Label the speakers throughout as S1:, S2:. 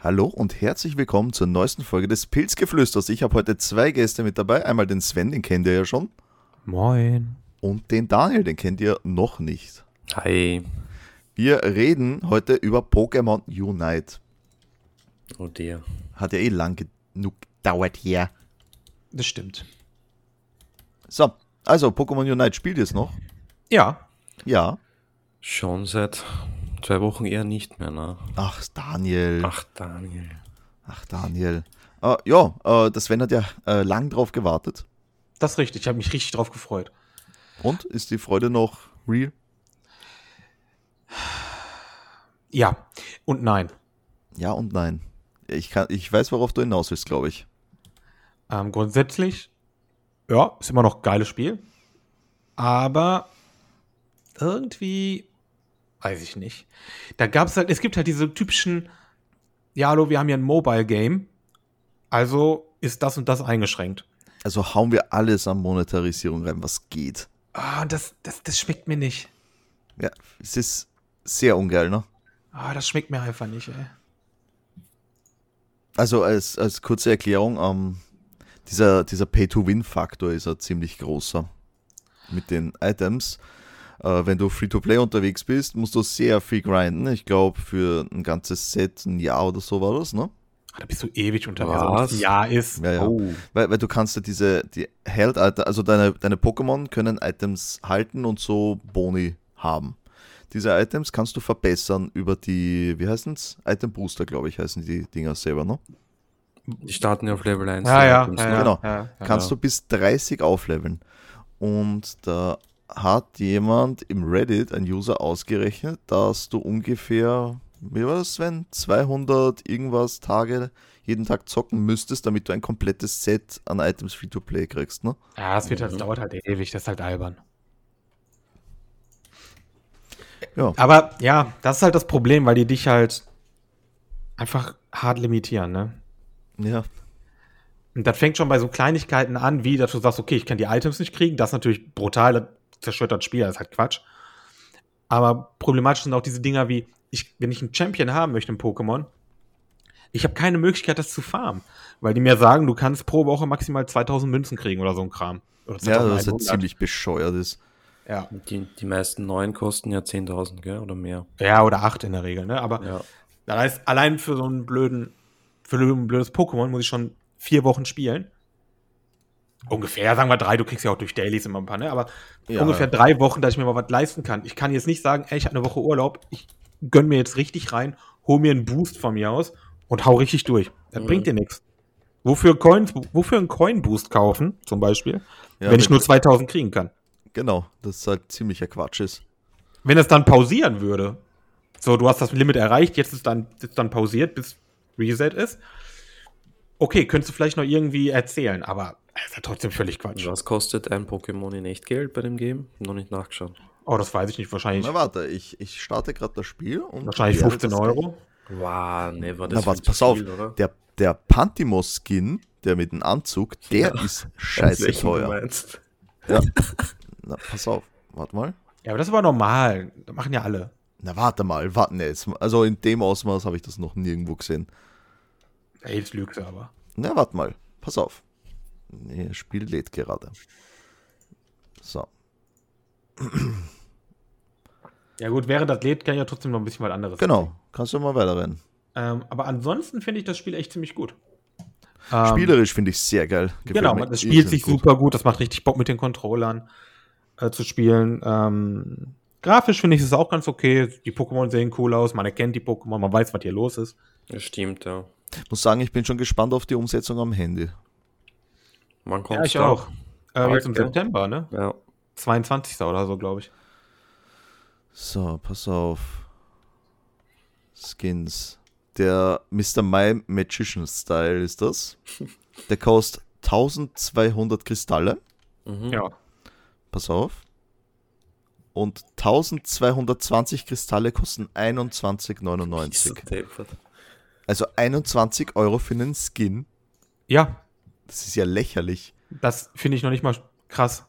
S1: Hallo und herzlich willkommen zur neuesten Folge des Pilzgeflüsters. Ich habe heute zwei Gäste mit dabei. Einmal den Sven, den kennt ihr ja schon.
S2: Moin.
S1: Und den Daniel, den kennt ihr noch nicht.
S3: Hi.
S1: Wir reden heute über Pokémon Unite.
S3: Oh dear.
S1: Hat ja eh lang genug gedauert hier.
S2: Das stimmt.
S1: So, also Pokémon Unite spielt jetzt noch.
S2: Ja.
S1: Ja.
S3: Schon seit zwei Wochen eher nicht mehr, ne?
S1: Ach, Daniel.
S3: Ach, Daniel.
S1: Ach, Daniel. Äh, ja, äh, der Sven hat ja äh, lang drauf gewartet.
S2: Das ist richtig. Ich habe mich richtig drauf gefreut.
S1: Und ist die Freude noch real?
S2: Ja. Und nein.
S1: Ja und nein. Ich, kann, ich weiß, worauf du hinaus willst, glaube ich.
S2: Ähm, grundsätzlich, ja, ist immer noch ein geiles Spiel. Aber irgendwie, weiß ich nicht. Da gab es halt, es gibt halt diese typischen, ja, hallo, wir haben ja ein Mobile Game. Also ist das und das eingeschränkt.
S1: Also hauen wir alles an Monetarisierung rein, was geht.
S2: Ah, das, das, das schmeckt mir nicht.
S1: Ja, es ist sehr ungeil, ne?
S2: Ah, das schmeckt mir einfach nicht, ey.
S1: Also als, als kurze Erklärung, ähm, dieser, dieser Pay-to-Win-Faktor ist ein ziemlich großer mit den Items. Äh, wenn du Free-to-Play unterwegs bist, musst du sehr viel grinden. Ich glaube, für ein ganzes Set, ein Jahr oder so war das, ne?
S2: Ah, Da bist du ewig unterwegs.
S3: Was?
S2: ob's ein Jahr ist.
S1: Ja, ja.
S2: Oh.
S1: Weil, weil du kannst ja diese die Held, also deine, deine Pokémon können Items halten und so Boni haben. Diese Items kannst du verbessern über die, wie heißen's? Item Booster, glaube ich, heißen die Dinger selber, ne?
S3: Die starten ja auf Level 1.
S2: Ja,
S3: die
S2: ja,
S3: Items,
S2: ja,
S3: ne?
S2: ja,
S1: Genau.
S2: ja, ja.
S1: kannst
S3: Ja.
S1: du bis 30 aufleveln. Und da hat jemand im Reddit, ein User, ausgerechnet, dass du ungefähr, wie war das, Sven, 200 irgendwas Tage jeden Tag zocken müsstest, damit du ein komplettes Set an Items Free-to-Play kriegst, ne?
S2: Ja, das, wird halt, das
S3: Mhm.
S2: dauert halt ewig, das ist halt albern.
S1: Ja.
S2: Aber ja, das ist halt das Problem, weil die dich halt einfach hart limitieren, ne?
S1: Ja.
S2: Und das fängt schon bei so Kleinigkeiten an, wie dass du sagst, okay, ich kann die Items nicht kriegen, das ist natürlich brutal, das zerstört das Spiel, das ist halt Quatsch. Aber problematisch sind auch diese Dinger wie, ich, wenn ich einen Champion haben möchte im Pokémon, ich habe keine Möglichkeit, das zu farmen, weil die mir sagen, du kannst pro Woche maximal 2000 Münzen kriegen oder so ein Kram. Oder
S1: Ja, das ist
S2: 2100.
S1: ja ziemlich bescheuert ist.
S2: Ja.
S3: Die, die meisten neuen kosten ja 10.000, gell? Oder mehr.
S2: Ja, oder acht in der Regel, ne? Aber
S3: Ja.
S2: das heißt, allein für so einen blöden, für so ein blödes Pokémon muss ich schon vier Wochen spielen. Ungefähr, sagen wir drei, du kriegst ja auch durch Dailies immer ein paar, ne? Aber
S1: Ja.
S2: ungefähr drei Wochen, dass ich mir mal was leisten kann. Ich kann jetzt nicht sagen, ey, ich habe eine Woche Urlaub, ich gönn mir jetzt richtig rein, hol mir einen Boost von mir aus und hau richtig durch. Das
S3: Mhm.
S2: bringt dir nichts. Wofür Coins, wofür einen Coin-Boost kaufen, zum Beispiel,
S1: Ja,
S2: wenn ich nur 2000 kriegen kann?
S1: Genau, das ist halt ziemlicher Quatsch ist.
S2: wenn es dann pausieren würde, so du hast das Limit erreicht, jetzt ist dann, ist dann pausiert, bis Reset ist, okay, könntest du vielleicht noch irgendwie erzählen, aber es ist ja trotzdem völlig Quatsch.
S3: Was kostet ein Pokémon in Echtgeld bei dem Game? Noch nicht nachgeschaut.
S2: Oh, das weiß ich nicht, wahrscheinlich,
S1: Na warte, ich, ich starte gerade das Spiel und.
S2: wahrscheinlich
S1: werde
S2: 15
S1: das
S2: Euro.
S3: Wow, nee, war
S1: Na,
S3: das
S1: warte,
S3: viel zu
S1: pass auf.
S3: viel, oder?
S1: Der, der Pantimos-Skin, der mit dem Anzug, der
S3: Ja.
S1: ist scheiße
S3: Welchen du
S1: teuer.
S3: meinst.
S1: Na, pass auf, warte mal.
S2: Ja, aber das ist aber normal, das machen ja alle.
S1: Na, warte mal, warte ne, jetzt. Also in dem Ausmaß habe ich das noch nirgendwo gesehen.
S2: Ey, jetzt lügst du aber.
S1: Na, warte mal, pass auf. Nee, das Spiel lädt gerade. So,
S2: Ja gut, während das lädt, kann ich ja trotzdem noch ein bisschen was anderes.
S1: genau. Kannst du mal weiterrennen.
S2: Ähm, aber ansonsten finde ich das Spiel echt ziemlich gut.
S1: Spielerisch finde ich sehr geil. Gefällt
S2: Ähm, Genau,
S1: mir
S2: das spielt
S1: irrsinnig
S2: sich
S1: E, gut.
S2: super gut, das macht richtig Bock mit den Controllern äh, zu spielen. Ähm, grafisch finde ich es auch ganz okay. Die Pokémon sehen cool aus, man erkennt die Pokémon, man weiß, was hier los ist.
S3: Das stimmt, ja.
S1: muss sagen, ich bin schon gespannt auf die Umsetzung am Handy.
S3: Wann kommt
S2: Äh, jetzt im
S3: Okay.
S2: September, ne?
S3: Ja.
S2: 22. oder so, glaube ich.
S1: So, pass auf. Skins. Der Mr. My Magician Style ist das. Der kostet 1200 Kristalle.
S3: Mhm.
S2: Ja.
S1: Pass auf. Und 1220 Kristalle kosten 21,99.
S3: Deppert.
S1: Also 21 Euro für einen Skin.
S2: Ja,
S1: Das ist ja lächerlich.
S2: das finde ich noch nicht mal krass.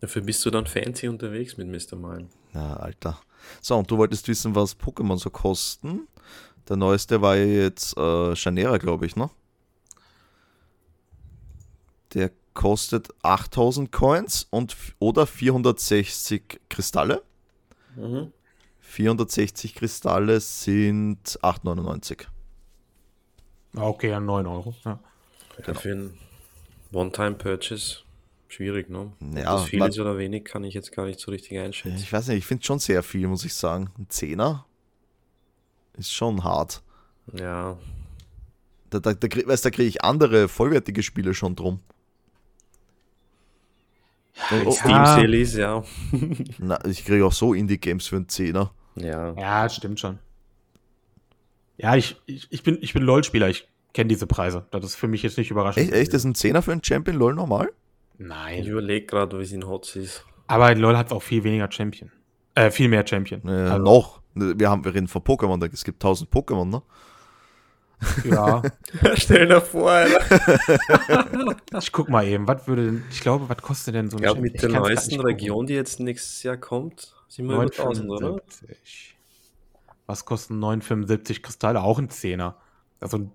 S3: Dafür bist du dann fancy unterwegs mit Mr. Mine.
S1: Na, Alter. So, und du wolltest wissen, was Pokémon so kosten. Der neueste war ja jetzt äh, Chanera, glaube ich, ne? Der kostet 8000 Coins und f- oder 460 Kristalle.
S4: Mhm.
S1: 460 Kristalle sind 8,99.
S2: Ah, Okay, ja, 9 Euro. Ja.
S1: Genau.
S3: Für einen One-Time-Purchase schwierig, ne? Ob
S1: Ja,
S3: das viel
S1: man-
S3: ist oder wenig, kann ich jetzt gar nicht so richtig einschätzen.
S1: Ich weiß nicht, ich finde schon sehr viel, muss ich sagen. Ein Zehner ist schon hart.
S3: Ja,
S1: Da, da, da, krieg- weißt, da kriege ich andere vollwertige Spiele schon drum.
S3: wenn
S1: Oh,
S3: es Steam Sale ist, ja.
S1: Na, ich kriege auch so Indie-Games für einen Zehner.
S3: Ja,
S2: Ja, stimmt schon. Ja, ich, ich, ich bin, ich bin LOL-Spieler. Ich kenne diese Preise. Das ist für mich jetzt nicht überraschend.
S1: Echt, echt, das ist ein Zehner für einen Champion LOL normal?
S3: ich
S2: Nein.
S3: überlege gerade, wie es in Hotz ist.
S2: Aber in LOL hat auch viel weniger Champion. Äh, viel mehr Champion.
S1: Äh,
S2: Also,
S1: Noch. Wir, haben, wir reden von Pokémon, da- es gibt 1000 Pokémon, ne?
S2: Ja.
S3: Stell dir vor, Alter.
S2: Ich guck mal eben, was würde denn, ich glaube, was kostet denn so ein
S3: Ich glaube,
S2: Champion?
S3: mit der
S2: kann's grad
S3: neuesten
S2: nicht gucken.
S3: Region, die jetzt nächstes Jahr kommt, sind wir über 1000, oder?
S2: 975. Was kosten 975 Kristalle? Auch ein Zehner. Also,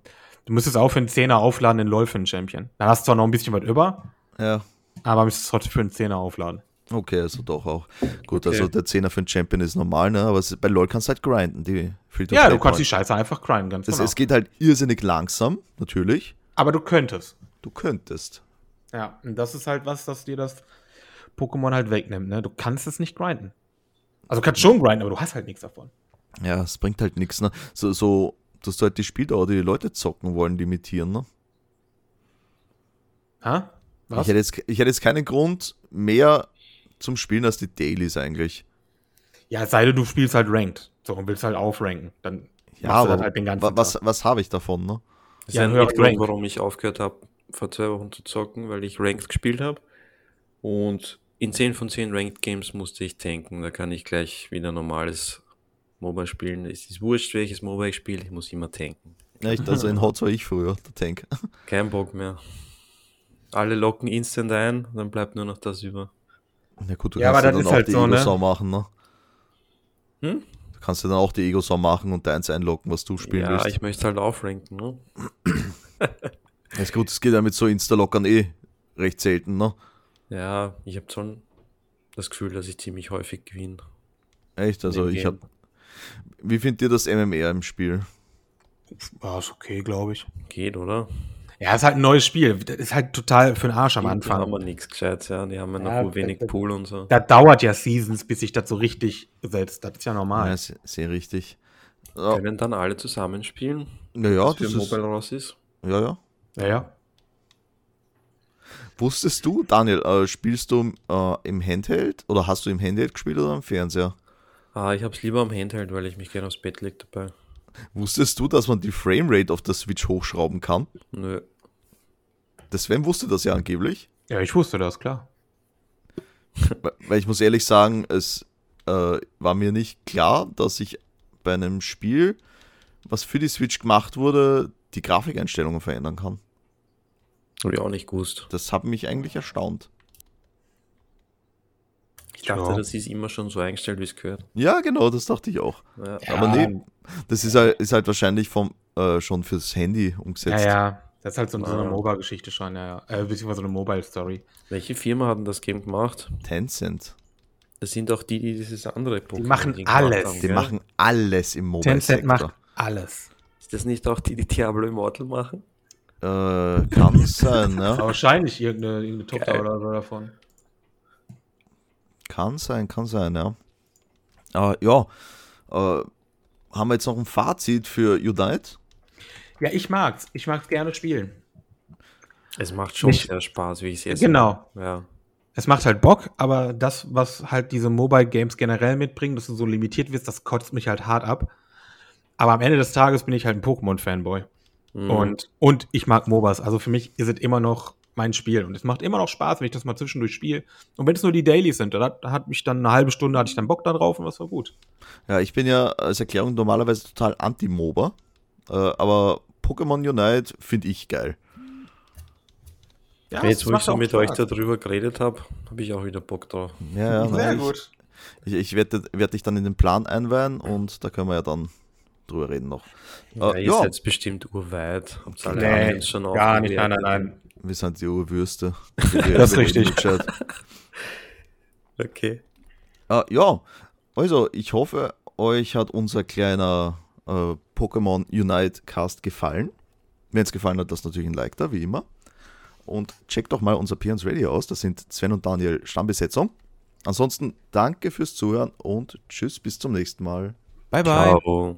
S2: du müsstest auch für einen Zehner aufladen in LOL für einen Champion. Dann hast du zwar noch ein bisschen was über,
S1: Ja.
S2: aber müsstest trotzdem für einen Zehner aufladen.
S1: Okay, also doch auch. Gut,
S3: Okay.
S1: also der Zehner für einen Champion ist normal, ne? Aber es, bei LOL kannst du halt grinden. Die Free to
S2: Ja,
S1: Play
S2: du kannst die
S1: Points.
S2: Scheiße einfach grinden, ganz
S1: das,
S2: genau.
S1: Es geht halt irrsinnig langsam, natürlich.
S2: aber du könntest.
S1: Du könntest.
S2: Ja, und das ist halt was, dass dir das Pokémon halt wegnimmt, ne? Du kannst es nicht grinden. Also, du kannst schon grinden, aber du hast halt nichts davon.
S1: Ja, es bringt halt nichts, ne? So, so, dass du halt die Spieldauer, die die Leute zocken wollen, limitieren, ne?
S2: Hä?
S1: Ich hätte, jetzt, ich hätte jetzt keinen Grund mehr zum Spielen als die Dailies eigentlich.
S2: Ja, es sei denn, du spielst halt ranked. So, und willst halt aufranken. Dann
S1: Ja,
S2: machst du
S1: aber
S2: das halt den ganzen
S1: wa- was,
S2: Tag.
S1: was habe ich davon, ne?
S3: Das
S2: Ja,
S3: ist ein
S2: höher
S3: Grund,
S2: Rank.
S3: warum ich aufgehört habe, vor zwei Wochen zu zocken, weil ich Ranked gespielt habe. Und in 10 von 10 Ranked Games musste ich tanken. Da kann ich gleich wieder normales MOBA spielen. Es ist wurscht, welches MOBA ich spiele. Ich muss immer tanken.
S1: Echt, also in Hotz war ich früher, der Tank.
S3: Kein Bock mehr. Alle locken instant ein, dann bleibt nur noch das über.
S1: Na gut, du
S2: Ja,
S1: kannst
S2: aber
S1: ja
S2: das
S1: dann
S2: ist
S1: auch
S2: halt
S1: die
S2: so, ne?
S1: Ego-Sau machen, ne?
S3: Hm?
S1: Du kannst ja dann auch die Ego-Sau machen und deins einloggen, was du spielen
S3: ja,
S1: willst.
S3: ich möchte halt aufranken. Ne?
S1: Ist gut, es geht ja mit so Insta-Lockern eh recht selten, ne?
S3: Ja, ich habe schon das Gefühl, dass ich ziemlich häufig gewinne.
S1: Echt, also
S3: Im
S1: ich
S3: Game.
S1: hab. Wie findet ihr das MMR im Spiel?
S2: Ja, ist okay, glaube ich.
S3: Geht, oder?
S2: Ja, ist halt ein neues Spiel. Das ist halt total für den Arsch am
S3: Die haben wir
S2: Anfang.
S3: nichts gescheit, ja. Die haben ja
S2: Ja,
S3: noch nur wenig
S2: das-
S3: Pool und so.
S2: Da dauert ja Seasons, bis sich das so richtig setzt. Das ist ja
S1: Ja,
S2: normal.
S1: se- sehr richtig. Ja,
S3: Können dann alle zusammenspielen,
S1: naja,
S3: was für
S1: das ist,
S3: Mobile raus ist?
S1: ja, ja.
S2: Ja, ja.
S1: Wusstest du, Daniel, äh, spielst du äh, im Handheld oder hast du im Handheld gespielt oder am Fernseher?
S3: Ah, ich hab's lieber am Handheld, weil ich mich gerne aufs Bett leg dabei.
S1: Wusstest du, dass man die Framerate auf der Switch hochschrauben kann?
S3: Nö.
S1: Der Sven wusste das ja angeblich.
S2: Ja, ich wusste das, klar.
S1: Weil- Weil ich muss ehrlich sagen, es äh, war mir nicht klar, dass ich bei einem Spiel, was für die Switch gemacht wurde, die Grafikeinstellungen verändern kann.
S3: Hab ich auch nicht gewusst.
S1: Das hat mich eigentlich erstaunt.
S3: Ich dachte,
S2: Ja.
S3: das ist immer schon so eingestellt, wie es gehört.
S1: Ja, genau, das dachte ich auch.
S3: Ja.
S1: Aber nee, das ist halt, ist halt wahrscheinlich vom, äh, schon fürs Handy
S2: Ja,
S1: umgesetzt.
S2: ja. Das ist halt so, so
S1: Ah.
S2: eine
S3: Ja.
S2: MOBA-Geschichte schon, ja, ja. Äh, beziehungsweise eine Mobile-Story.
S3: Welche Firma hat denn das Game gemacht?
S1: Tencent.
S3: Das sind auch die, die dieses andere Pokémon.
S2: machen
S3: gemacht
S2: alles.
S3: haben,
S1: Die
S3: gell?
S1: machen alles im
S2: Tencent macht
S1: Mobile-Sektor.
S2: alles.
S3: Ist das nicht auch die, die Diablo Immortal machen?
S1: Äh, kann sein, ja.
S2: Wahrscheinlich irgendeine, irgendeine Tochter
S3: Geil.
S2: oder so davon.
S1: Kann sein, kann sein, ja. Aber ja, äh, haben wir jetzt noch ein Fazit für Unite?
S2: Ja, ich mag's. Ich mag's gerne spielen.
S3: Es macht schon
S2: Nicht-
S3: sehr Spaß, wie ich es jetzt.
S2: Genau.
S3: Ja.
S2: Es macht halt Bock, aber das, was halt diese Mobile Games generell mitbringen, dass du so limitiert wirst, das kotzt mich halt hart ab. Aber am Ende des Tages bin ich halt ein Pokémon-Fanboy.
S3: Mhm.
S2: Und, und ich mag MOBAs. Also für mich ist es immer noch mein Spiel. Und es macht immer noch Spaß, wenn ich das mal zwischendurch spiele. Und wenn es nur die Dailies sind, dann hat, hat mich dann eine halbe Stunde, hatte ich dann Bock da drauf und das war gut.
S1: Ja, ich bin ja als Erklärung normalerweise total anti-MOBA, äh, aber Pokémon Unite finde ich geil.
S2: Ja,
S3: Jetzt,
S2: es
S3: wo ich
S2: macht
S3: so
S2: auch
S3: mit
S2: Spaß.
S3: euch darüber geredet habe, habe ich auch wieder Bock drauf.
S1: Ja, ja,
S2: Sehr
S1: nein,
S2: gut.
S1: Ich, ich werde werd dich dann in den Plan einweihen und da können wir ja dann drüber reden noch.
S3: Ja,
S1: Äh,
S3: ihr
S1: ja,
S3: seid bestimmt urweit. Habt's alle
S1: Nee,
S3: anderen schon
S2: Äh, gar nicht, nein,
S3: aufgewärmt.
S2: nein, nein.
S1: wir sind die Urwürste.
S2: Das ist richtig.
S3: Okay.
S1: Ah, ja, also ich hoffe, euch hat unser kleiner äh, Pokémon Unite Cast gefallen. Wenn es gefallen hat, lasst natürlich ein Like da, wie immer. Und checkt doch mal unser Peons Radio aus. Das sind Sven und Daniel Stammbesetzung. Ansonsten danke fürs Zuhören und tschüss, bis zum nächsten Mal.
S4: Bye, bye.
S3: Ciao.